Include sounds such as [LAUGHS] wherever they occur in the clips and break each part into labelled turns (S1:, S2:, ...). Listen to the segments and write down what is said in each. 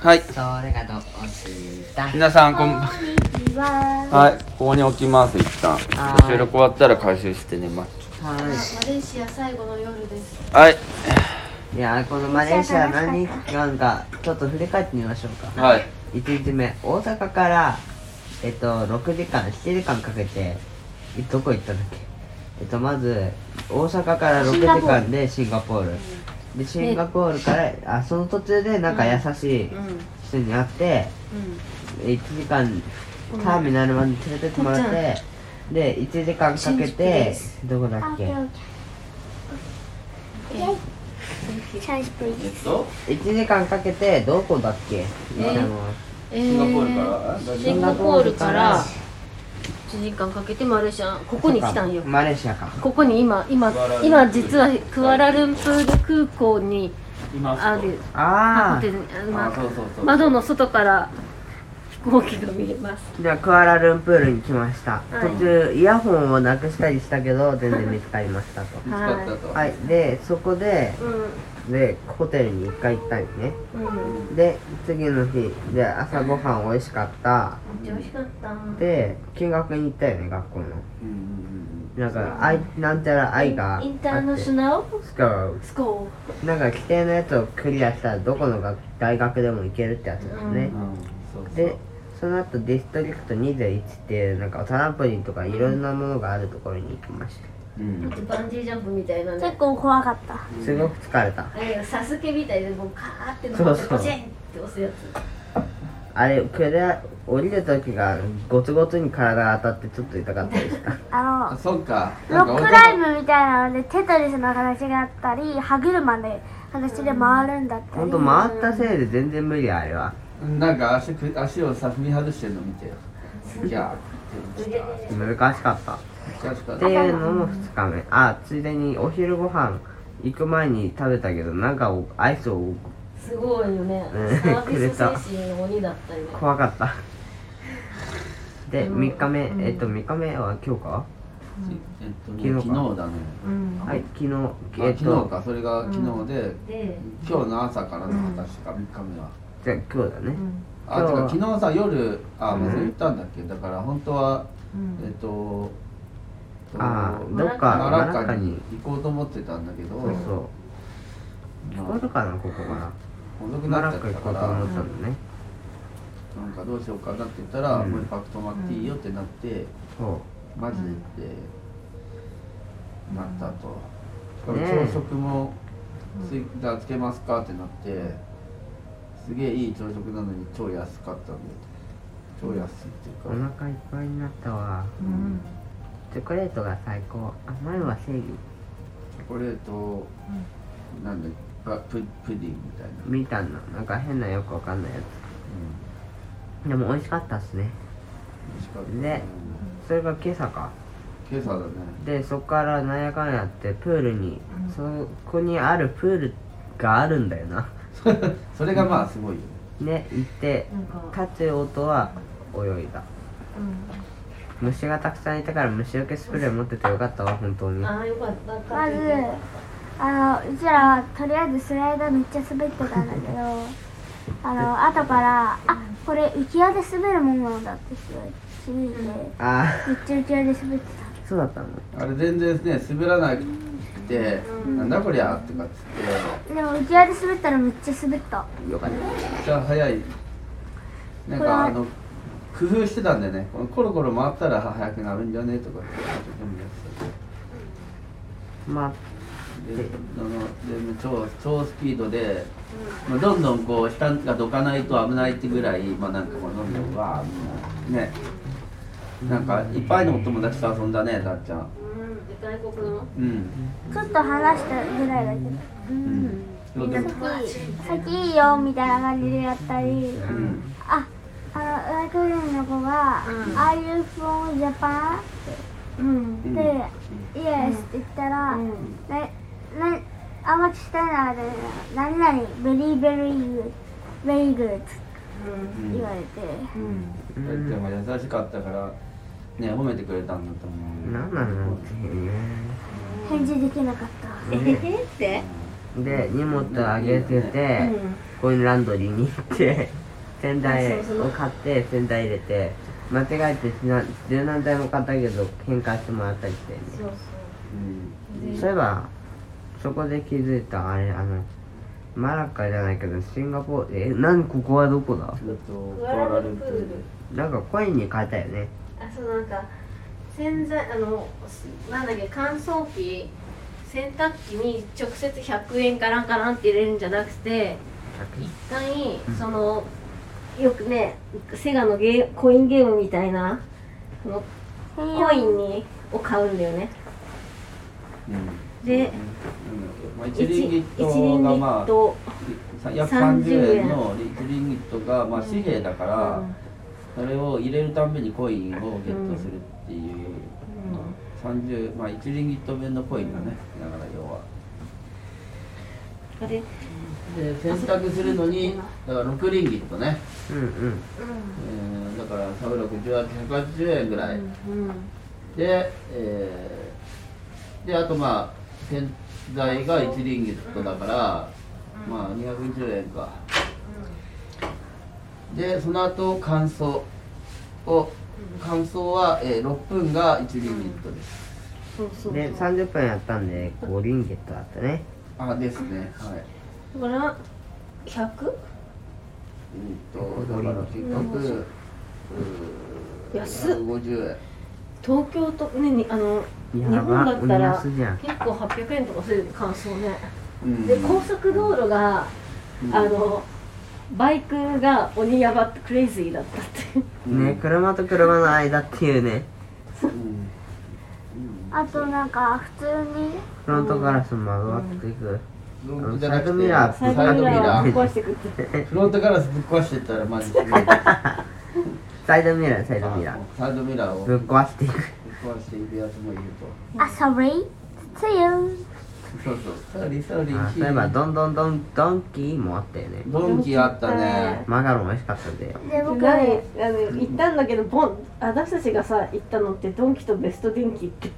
S1: はい
S2: それがどうした
S1: 皆さんこん
S3: ちは。
S1: はいここに置きます一旦
S2: はい
S1: 収録終わったら回収して寝ます
S2: は
S3: マレーシア最後の夜です。
S1: はい
S2: いいやーこのマレーシア何日間かちょっと振り返ってみましょうか
S1: はい
S2: 1日目大阪からえっと6時間7時間かけていどこ行ったんだっけえっとまず大阪から6時間でシンガポールでシンガポールからあその途中でなんか優しい
S3: うん。
S2: 人に会って1時間ターミナルまで連れてってもらってで1時間かけてどこだっけ
S1: えっと
S2: 1時間かけてどこだっけ行ったのは
S4: シ
S1: シンガポールから
S4: シンガポールから1時間かけてマレーシアここに来たんよ
S2: マレーシアか
S4: ここに今今
S1: クアラルンプール
S4: 今実はクアラルンプール空港に
S1: いま
S4: ある
S2: あ
S4: ホテ
S2: あ
S4: ルにあの
S1: あそうそうそう
S4: 窓の外から飛行機が見えます
S2: じゃあクアラルンプールに来ました、
S4: はい
S2: 途中イヤホンをなくしたりしたけど全然見つかりましたと
S1: 見つかったと
S2: はいでそこで
S4: う
S2: でホテルに1回行ったんよね
S4: んうん
S2: で次の日で朝ごはん美味しかった
S4: 美味しかった
S2: で見学に行ったよね学校の
S1: うんうんうん
S2: なんか愛なんちゃら愛があって
S4: インターナショナル
S2: しかも
S4: スコ
S2: なんか規定のやつをクリアしたらどこの学大学でも行けるってやつだよね、
S1: うんうんそうそう
S2: でその後ディストリクト21っていうなんかトランポリンとかいろんなものがあるところに行きました
S1: うん
S4: ーバンジージャンプみたいな
S3: 結
S4: ね
S3: 構怖かった。
S2: すごく疲れた
S4: えサスケみたいでもうカーって
S2: そ
S4: 乗
S2: う
S4: って
S2: そう
S4: ポチンって押すやつ
S2: あれクリア降りる時がゴツゴツに体が当たってちょっと痛かった
S4: [LAUGHS]
S2: でした
S3: あ
S1: あそっか
S3: の、
S1: なん
S3: ロ
S1: か
S3: ックライムみたいなので、テトリスの形があったり、歯車で形で回るんだった
S2: ほ
S3: り
S2: ん。と回ったせいで全然無理あれは
S1: なんか足く足をさ踏み外してるの見てよギャーって言って
S2: 難しかった
S1: た確か
S2: っていうのも2日目あついでにお昼ご飯行く前に食べたけどなんかおアイスを
S4: すごいよね
S2: うん
S4: サービス精神の鬼だった
S2: [LAUGHS]
S4: りね
S2: 怖かったで3日目、えっと3日目は今日か
S1: えっとね昨
S2: 昨日か
S1: 日だね
S4: うん
S2: はい昨日
S1: あ
S2: え
S1: 昨
S2: っ
S1: 日
S2: と
S1: かそれが昨日で
S4: で
S1: 今日の朝からの私か3日目は
S2: じゃあ今日だね
S4: うん
S1: あ
S2: 今
S1: て
S2: 日
S1: か昨
S2: は
S1: 日さ夜あ
S2: うん
S1: まず言ったんだっけどだから本当はえっとえ
S2: あ
S1: っ
S2: あ
S1: と
S2: どっか
S1: マラ
S2: 奈
S1: ッ
S2: 良
S1: カ
S2: カ
S1: に
S2: に
S1: 行こうと思ってたんだけど
S2: そうそう聞こ
S1: ま
S2: えるかなここから
S1: あ遅く
S2: マ
S1: なっ
S2: ラ
S1: ちゃ
S2: ッカ
S1: っ
S2: 行
S1: た
S2: こ
S1: か
S2: う
S1: ら
S2: と思ったのね
S1: なんかどうしようかなって言ったら
S2: うん
S1: もう一泊泊まっていいよってなって
S2: そ
S1: マジでってなったとしかも
S2: ねえ
S1: 朝食もついだつけますかってなってすげえいい朝食なのに超安かったんで超安いっていう
S2: うお
S1: か
S2: 腹いっぱいになったわ
S1: うん
S2: チョコレートが最高甘いは正義
S1: チョコレートなんだパププディングみたいな、
S2: みたいななんか変なよくわかんないや
S1: う
S2: つでも美味しかったっすね
S1: ん、美味しかった
S2: ねそれが今朝か
S1: 今朝だね
S2: でそこからなんやかんやってプールに、そこにあるプールがあるんだよな [LAUGHS]
S1: それがまあすごいよね
S2: ね行って
S4: なんか
S2: 立つ音は泳いだ虫がたくさんいたから虫除けスプレー持っててよかったわ本当に
S4: ああよかった
S3: まず、あの、うちらはとりあえずスライドめっちゃ滑ってたんだけど、あの、後から、あ、これ浮き輪で滑るものなんだって気づいて、
S2: あ
S3: めっちゃ浮き輪で滑ってた。
S2: あそうだったの
S1: あれ全然ね滑らなくて、なんだこりゃってかっつって
S3: でも浮き輪で滑ったらめっちゃ滑った
S2: よかっ
S1: めっちゃ速いなんかあの工夫してたんだよねこのコロコロ回ったら速くなるんじゃねとかって一生懸命やってた
S2: たまあ
S1: であのでも超超スピードで、まあ、どんどんこう下がどかないと危ないってぐらい、まあ、なんかこうどんどんわあみんなねなんかいっぱいのお友達と遊んだねたっちゃん
S4: 外国の
S1: うん、
S3: ちょっと話したぐらいだけど
S1: うん、そうでも
S3: 先いいよみたいな感じでやったり
S1: うん
S3: ああの外国人の子が「Are you from Japan?」
S4: うん
S1: うん
S3: で「Yes」って言ったら「ななあんまりしたいな」で「何々 very very good very good」言われて
S1: たっちゃんが優しかったからね褒めてくれたんだと思う
S2: 何なのっていうね
S3: 返事できなかった
S4: えへへって
S2: で荷物あげてて、
S4: うん
S2: コインランドリーに行って [LAUGHS] 洗剤を買って洗剤入れて間違えてしな柔軟剤も買ったけど変換してもらったりして、ね、
S4: そう
S1: うん
S2: そういえばそこで気づいたあれあのマラッカじゃないけどシンガポールえなんここはどこだ
S1: えっと
S4: そう
S1: パラレルプール
S2: なんかコインに変えたよね
S4: あそうなんか洗剤あのすなんだっけ乾燥機洗濯機に直接100円ガランガランって入れるんじゃなくて一回そのよくねセガのゲーコインゲームみたいなそのコインにを買うんだよね
S1: うん
S4: で
S1: なんだっけまあ、1
S4: 1
S1: リンギットがまあ
S4: ト
S1: 約
S4: 30
S1: 30
S4: 円
S1: 円のリリンギットが、まあ、紙幣だから、それを入れるためにコインをゲットするっていう、30まあ1リンギット分のコインだねだから要は
S4: あれ
S1: で選択するのにだから6リンギットね、
S2: うんうん
S1: うん、だから3608180円ぐらい、
S4: うん
S1: で、えーであとまあ洗剤が1リンギットだから、まあ210円か、でその後乾燥を乾燥は、えー6分が1リンギットです、
S4: そうそうそう
S2: で30分やったんで5リンゲットだったね
S1: あですねはい
S4: だから 100?
S1: うんとだから結局うー
S4: 安っ
S1: 150円
S4: 東京とねにあの
S2: い
S4: 日
S2: や
S4: 本だったら
S2: お安
S4: 結
S2: いじゃん
S4: 構800円とかする感想ね
S1: うん
S4: で高速道路が
S1: うん
S4: あのバイクが鬼ヤバってクレイジーだったっていう
S1: うん
S2: ね車と車の間っていうね
S1: うん
S3: あとなんか普通に
S2: フロントガラスも窓割っていく
S1: フロントじゃなくて
S2: サイドミラー
S4: サイ
S1: サ
S4: ド
S1: イド
S4: ミ
S1: ミ
S4: ラ
S1: ラ
S4: ーを
S1: ー
S4: 壊してくって
S1: フロントガラスぶっ壊してったらマジで
S2: サイドミラーサイドミラ
S1: あサイドミラー
S2: ー
S1: を
S2: ぶっ
S1: ぶっ
S2: 壊していく
S1: 壊しているやつもいると
S3: あ、sorry to you
S1: そうそうサーリーサーリ
S2: あ
S1: ー
S2: そういえばドンドンドンドンキーもあったよね
S1: ドンキあったね
S2: マガロン美味しかったんだよ
S3: で僕
S4: 何あの行ったんだけどボン私たちがさ行ったのってドンキとベスト電気って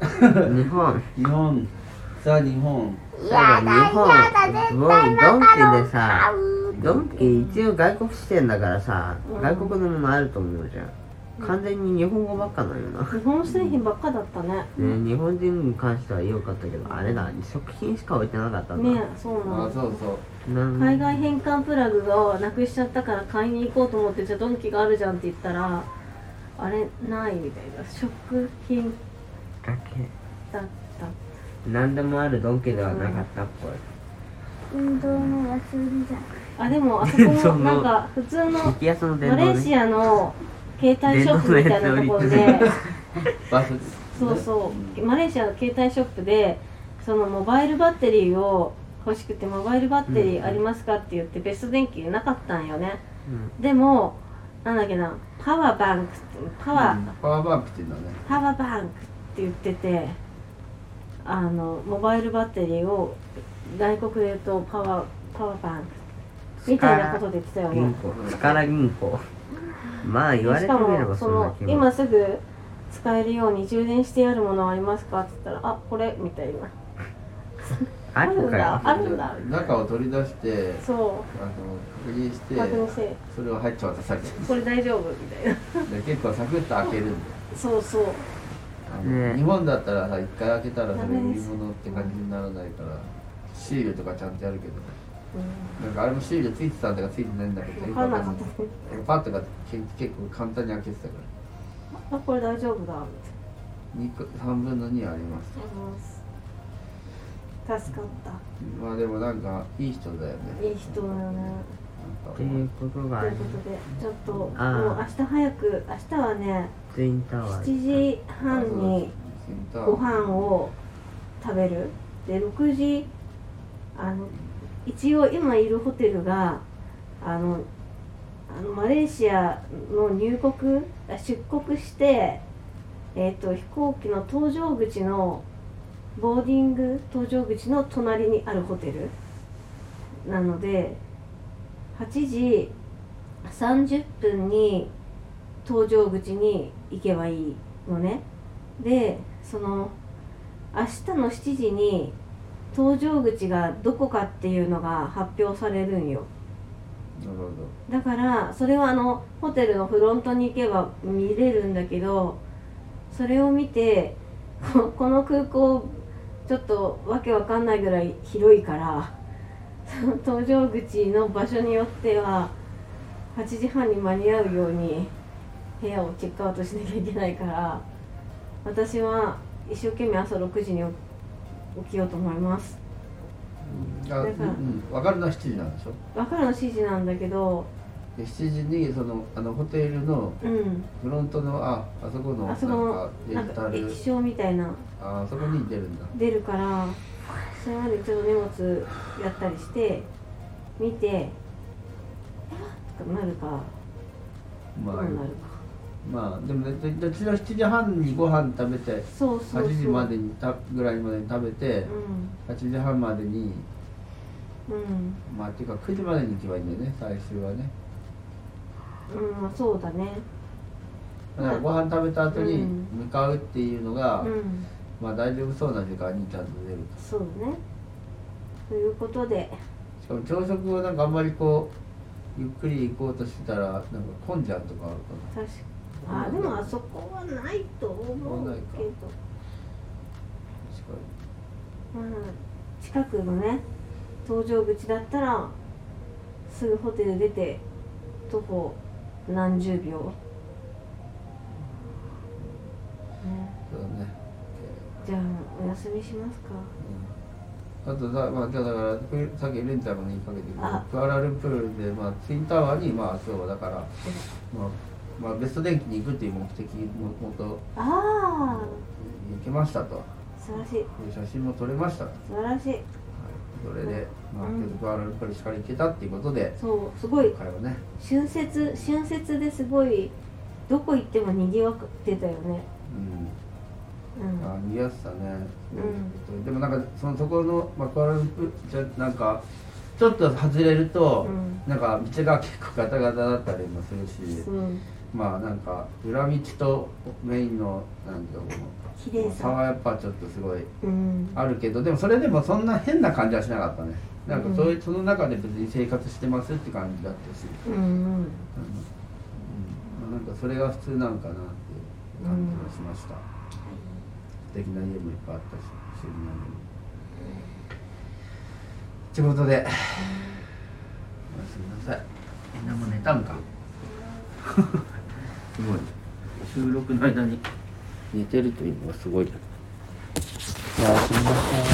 S2: 日本
S1: 日本ザ日本
S2: そういえば日本ドンキでさドンキ一応外国支店だからさ外国のものあると思うじゃん完全に日本語ばっかなのよな
S4: 日本製品ばっかだったね
S2: ね、日本人に関しては良かったけどあれだ食品しか置いてなかったんだ、
S4: ねそうな
S1: あ
S4: の
S1: そうそう
S2: なん
S4: 海外変換プラグがなくしちゃったから買いに行こうと思ってじゃあドンキがあるじゃんって言ったらあれないみたいな食品
S2: だ
S4: だった
S2: け何でもあるドンキではなかったっぽい、
S3: 運動の安売りじゃん
S4: あでもあそこ
S2: [LAUGHS] そ
S4: も
S2: の
S4: なんか普通の
S2: 激安の電
S4: マ
S2: 動
S4: レ
S2: ね
S4: ーシアの携帯ショップみたいなところで
S1: バス
S4: そうそうマレーシアの携帯ショップでそのモバイルバッテリーを欲しくてモバイルバッテリーありますかって言ってベスト電気なかったんよね
S2: うん
S4: でもなんだっけなパワーバンクってパワー、
S1: うんパワーバンクっていうんだね
S4: パワーバンクって言っててあのモバイルバッテリーを外国で言うとパワーパワーバンクみたいなことで言ってたよ
S2: 銀
S4: ね
S2: 行力銀行まあ言われ
S4: してか
S2: みれば
S4: もそ
S2: そんな
S4: の
S2: 気も
S4: 今すぐ使えるように充電してあるものはありますかって言ったら「あこれ」みたいな
S2: あるかよ
S4: あるんだ
S1: 中を取り出して
S4: そ
S1: あの確認して
S4: う確認して
S1: それを入っちゃ渡されて
S4: 「これ大丈夫」みたいな
S1: で結構サクッと開けるんだよ
S4: そうそう
S1: あの
S2: ね
S1: 日本だったらさ一回開けたらそれ
S4: ダ
S1: 売
S4: メで
S1: り
S4: す
S1: 物って感じにならないからシールとかちゃんとやるけどねなんかあれもシールついてたんだかついてないんだけど
S4: 分からなかったね
S1: なんかパッとかけ結構簡単に開けてたから
S4: 「あこれ大丈夫だ」み
S1: 二
S4: たいな
S1: 個三分の二あります
S4: 助かっ
S1: まあでもなんかいい人だよね
S4: たいい人だよね
S2: っていうことが
S4: と
S2: あ
S4: いう
S2: る
S4: ことでちょっともう
S2: あー
S4: 明日早く明日はね
S2: ツインタワー
S4: 7時半にご飯を食べるで6時あの一応今いるホテルがあのあのマレーシアの入国あ出国して、えー、と飛行機の搭乗口のボーディング搭乗口の隣にあるホテルなので8時30分に搭乗口に行けばいいのねでその明日の7時に搭乗口がどこかっていうのが発表されるんよ
S1: なるほど
S4: だからそれはあのホテルのフロントに行けば見れるんだけどそれを見てここの空港ちょっとわけわかんないぐらい広いからその搭乗口の場所によっては8時半に間に合うように部屋をチェックアウトしなきゃいけないから私は一生懸命朝6時に起きようと思います
S1: あ
S4: だから
S1: うん、分かるのは7時なんでしょ
S4: わかるの指示なんだけど
S1: で7時にそのあのホテルの
S4: うん
S1: フロントのああそこのな
S4: あ
S1: ん
S4: そこの
S1: かデ
S4: なん
S1: ジタ
S4: か
S1: ル
S4: 液晶みたいな
S1: ああそこに出るんだ
S4: 出るからそれまでちょっと荷物やったりして見てえっとかなるかどう
S1: ま
S4: な
S1: あ
S4: るか
S1: まあでもねどどちら7時半にご飯食べて
S4: そうそうそう
S1: 8時までにたぐらいまでに食べて
S4: う
S1: 8時半までに
S4: んうん
S1: まあっていうか9時までに行けばいいんだよね最終はね
S4: うんまあそうだね
S1: だからご飯食べた後に
S4: うん
S1: 向かうっていうのが、
S4: うん
S1: まあ大丈夫そうな時間にちゃんと出る
S4: そうねということで
S1: しかも朝食をなんかあんまりこうゆっくり行こうとしてたらなんか混んじゃうとかあるか
S4: 確かあでもあそこはないと思うけど
S1: な確か
S4: うん、近くのね搭乗口だったらすぐホテル出て徒歩何十秒、
S1: に
S4: ね、
S1: そうだね、
S4: じゃあお休みしますか
S1: うん、あとだまあ今日だからふさっきレンちゃんも言いかけて
S4: あ
S1: クアラルンプールでまあツインタワーにまあ今日はだからまあ、まあ、ベスト電機に行くっていう目的のもと
S4: ああ
S1: 行けましたと
S4: 素晴らしい
S1: 写真も撮れましたと、はい、
S4: 素晴らしい
S1: それで、まあ、
S4: うん
S1: 今日クアラルンプールしっかり行けたっていうことで
S4: そうすごい
S1: 今回はね
S4: 春節春節ですごいどこ行ってもにぎわってたよね
S1: うん
S4: うん
S1: あ見やすさね、
S4: う
S1: でもなんかそのそこの、まあ、クアラルンプじゃなんかちょっと外れると、
S4: うん
S1: なんか道が結構ガタガタだったりもするし、
S4: うん
S1: まあなんか裏道とメインのなんていうの
S4: 綺麗
S1: 差
S4: さ
S1: はやっぱちょっとすごい
S4: うん
S1: あるけどでもそれでもそんな変な感じはしなかったねなんかそういう、その中で別に生活してますって感じだったし、
S4: うんうん
S1: うんうん、なんかそれが普通なんかなっていう感じがしました、素敵な家もいっぱいあったし不思議な家もってことでおやすみなさいみんなも寝たんかすごい収録の間に寝てるというのがすごいおやすみなさい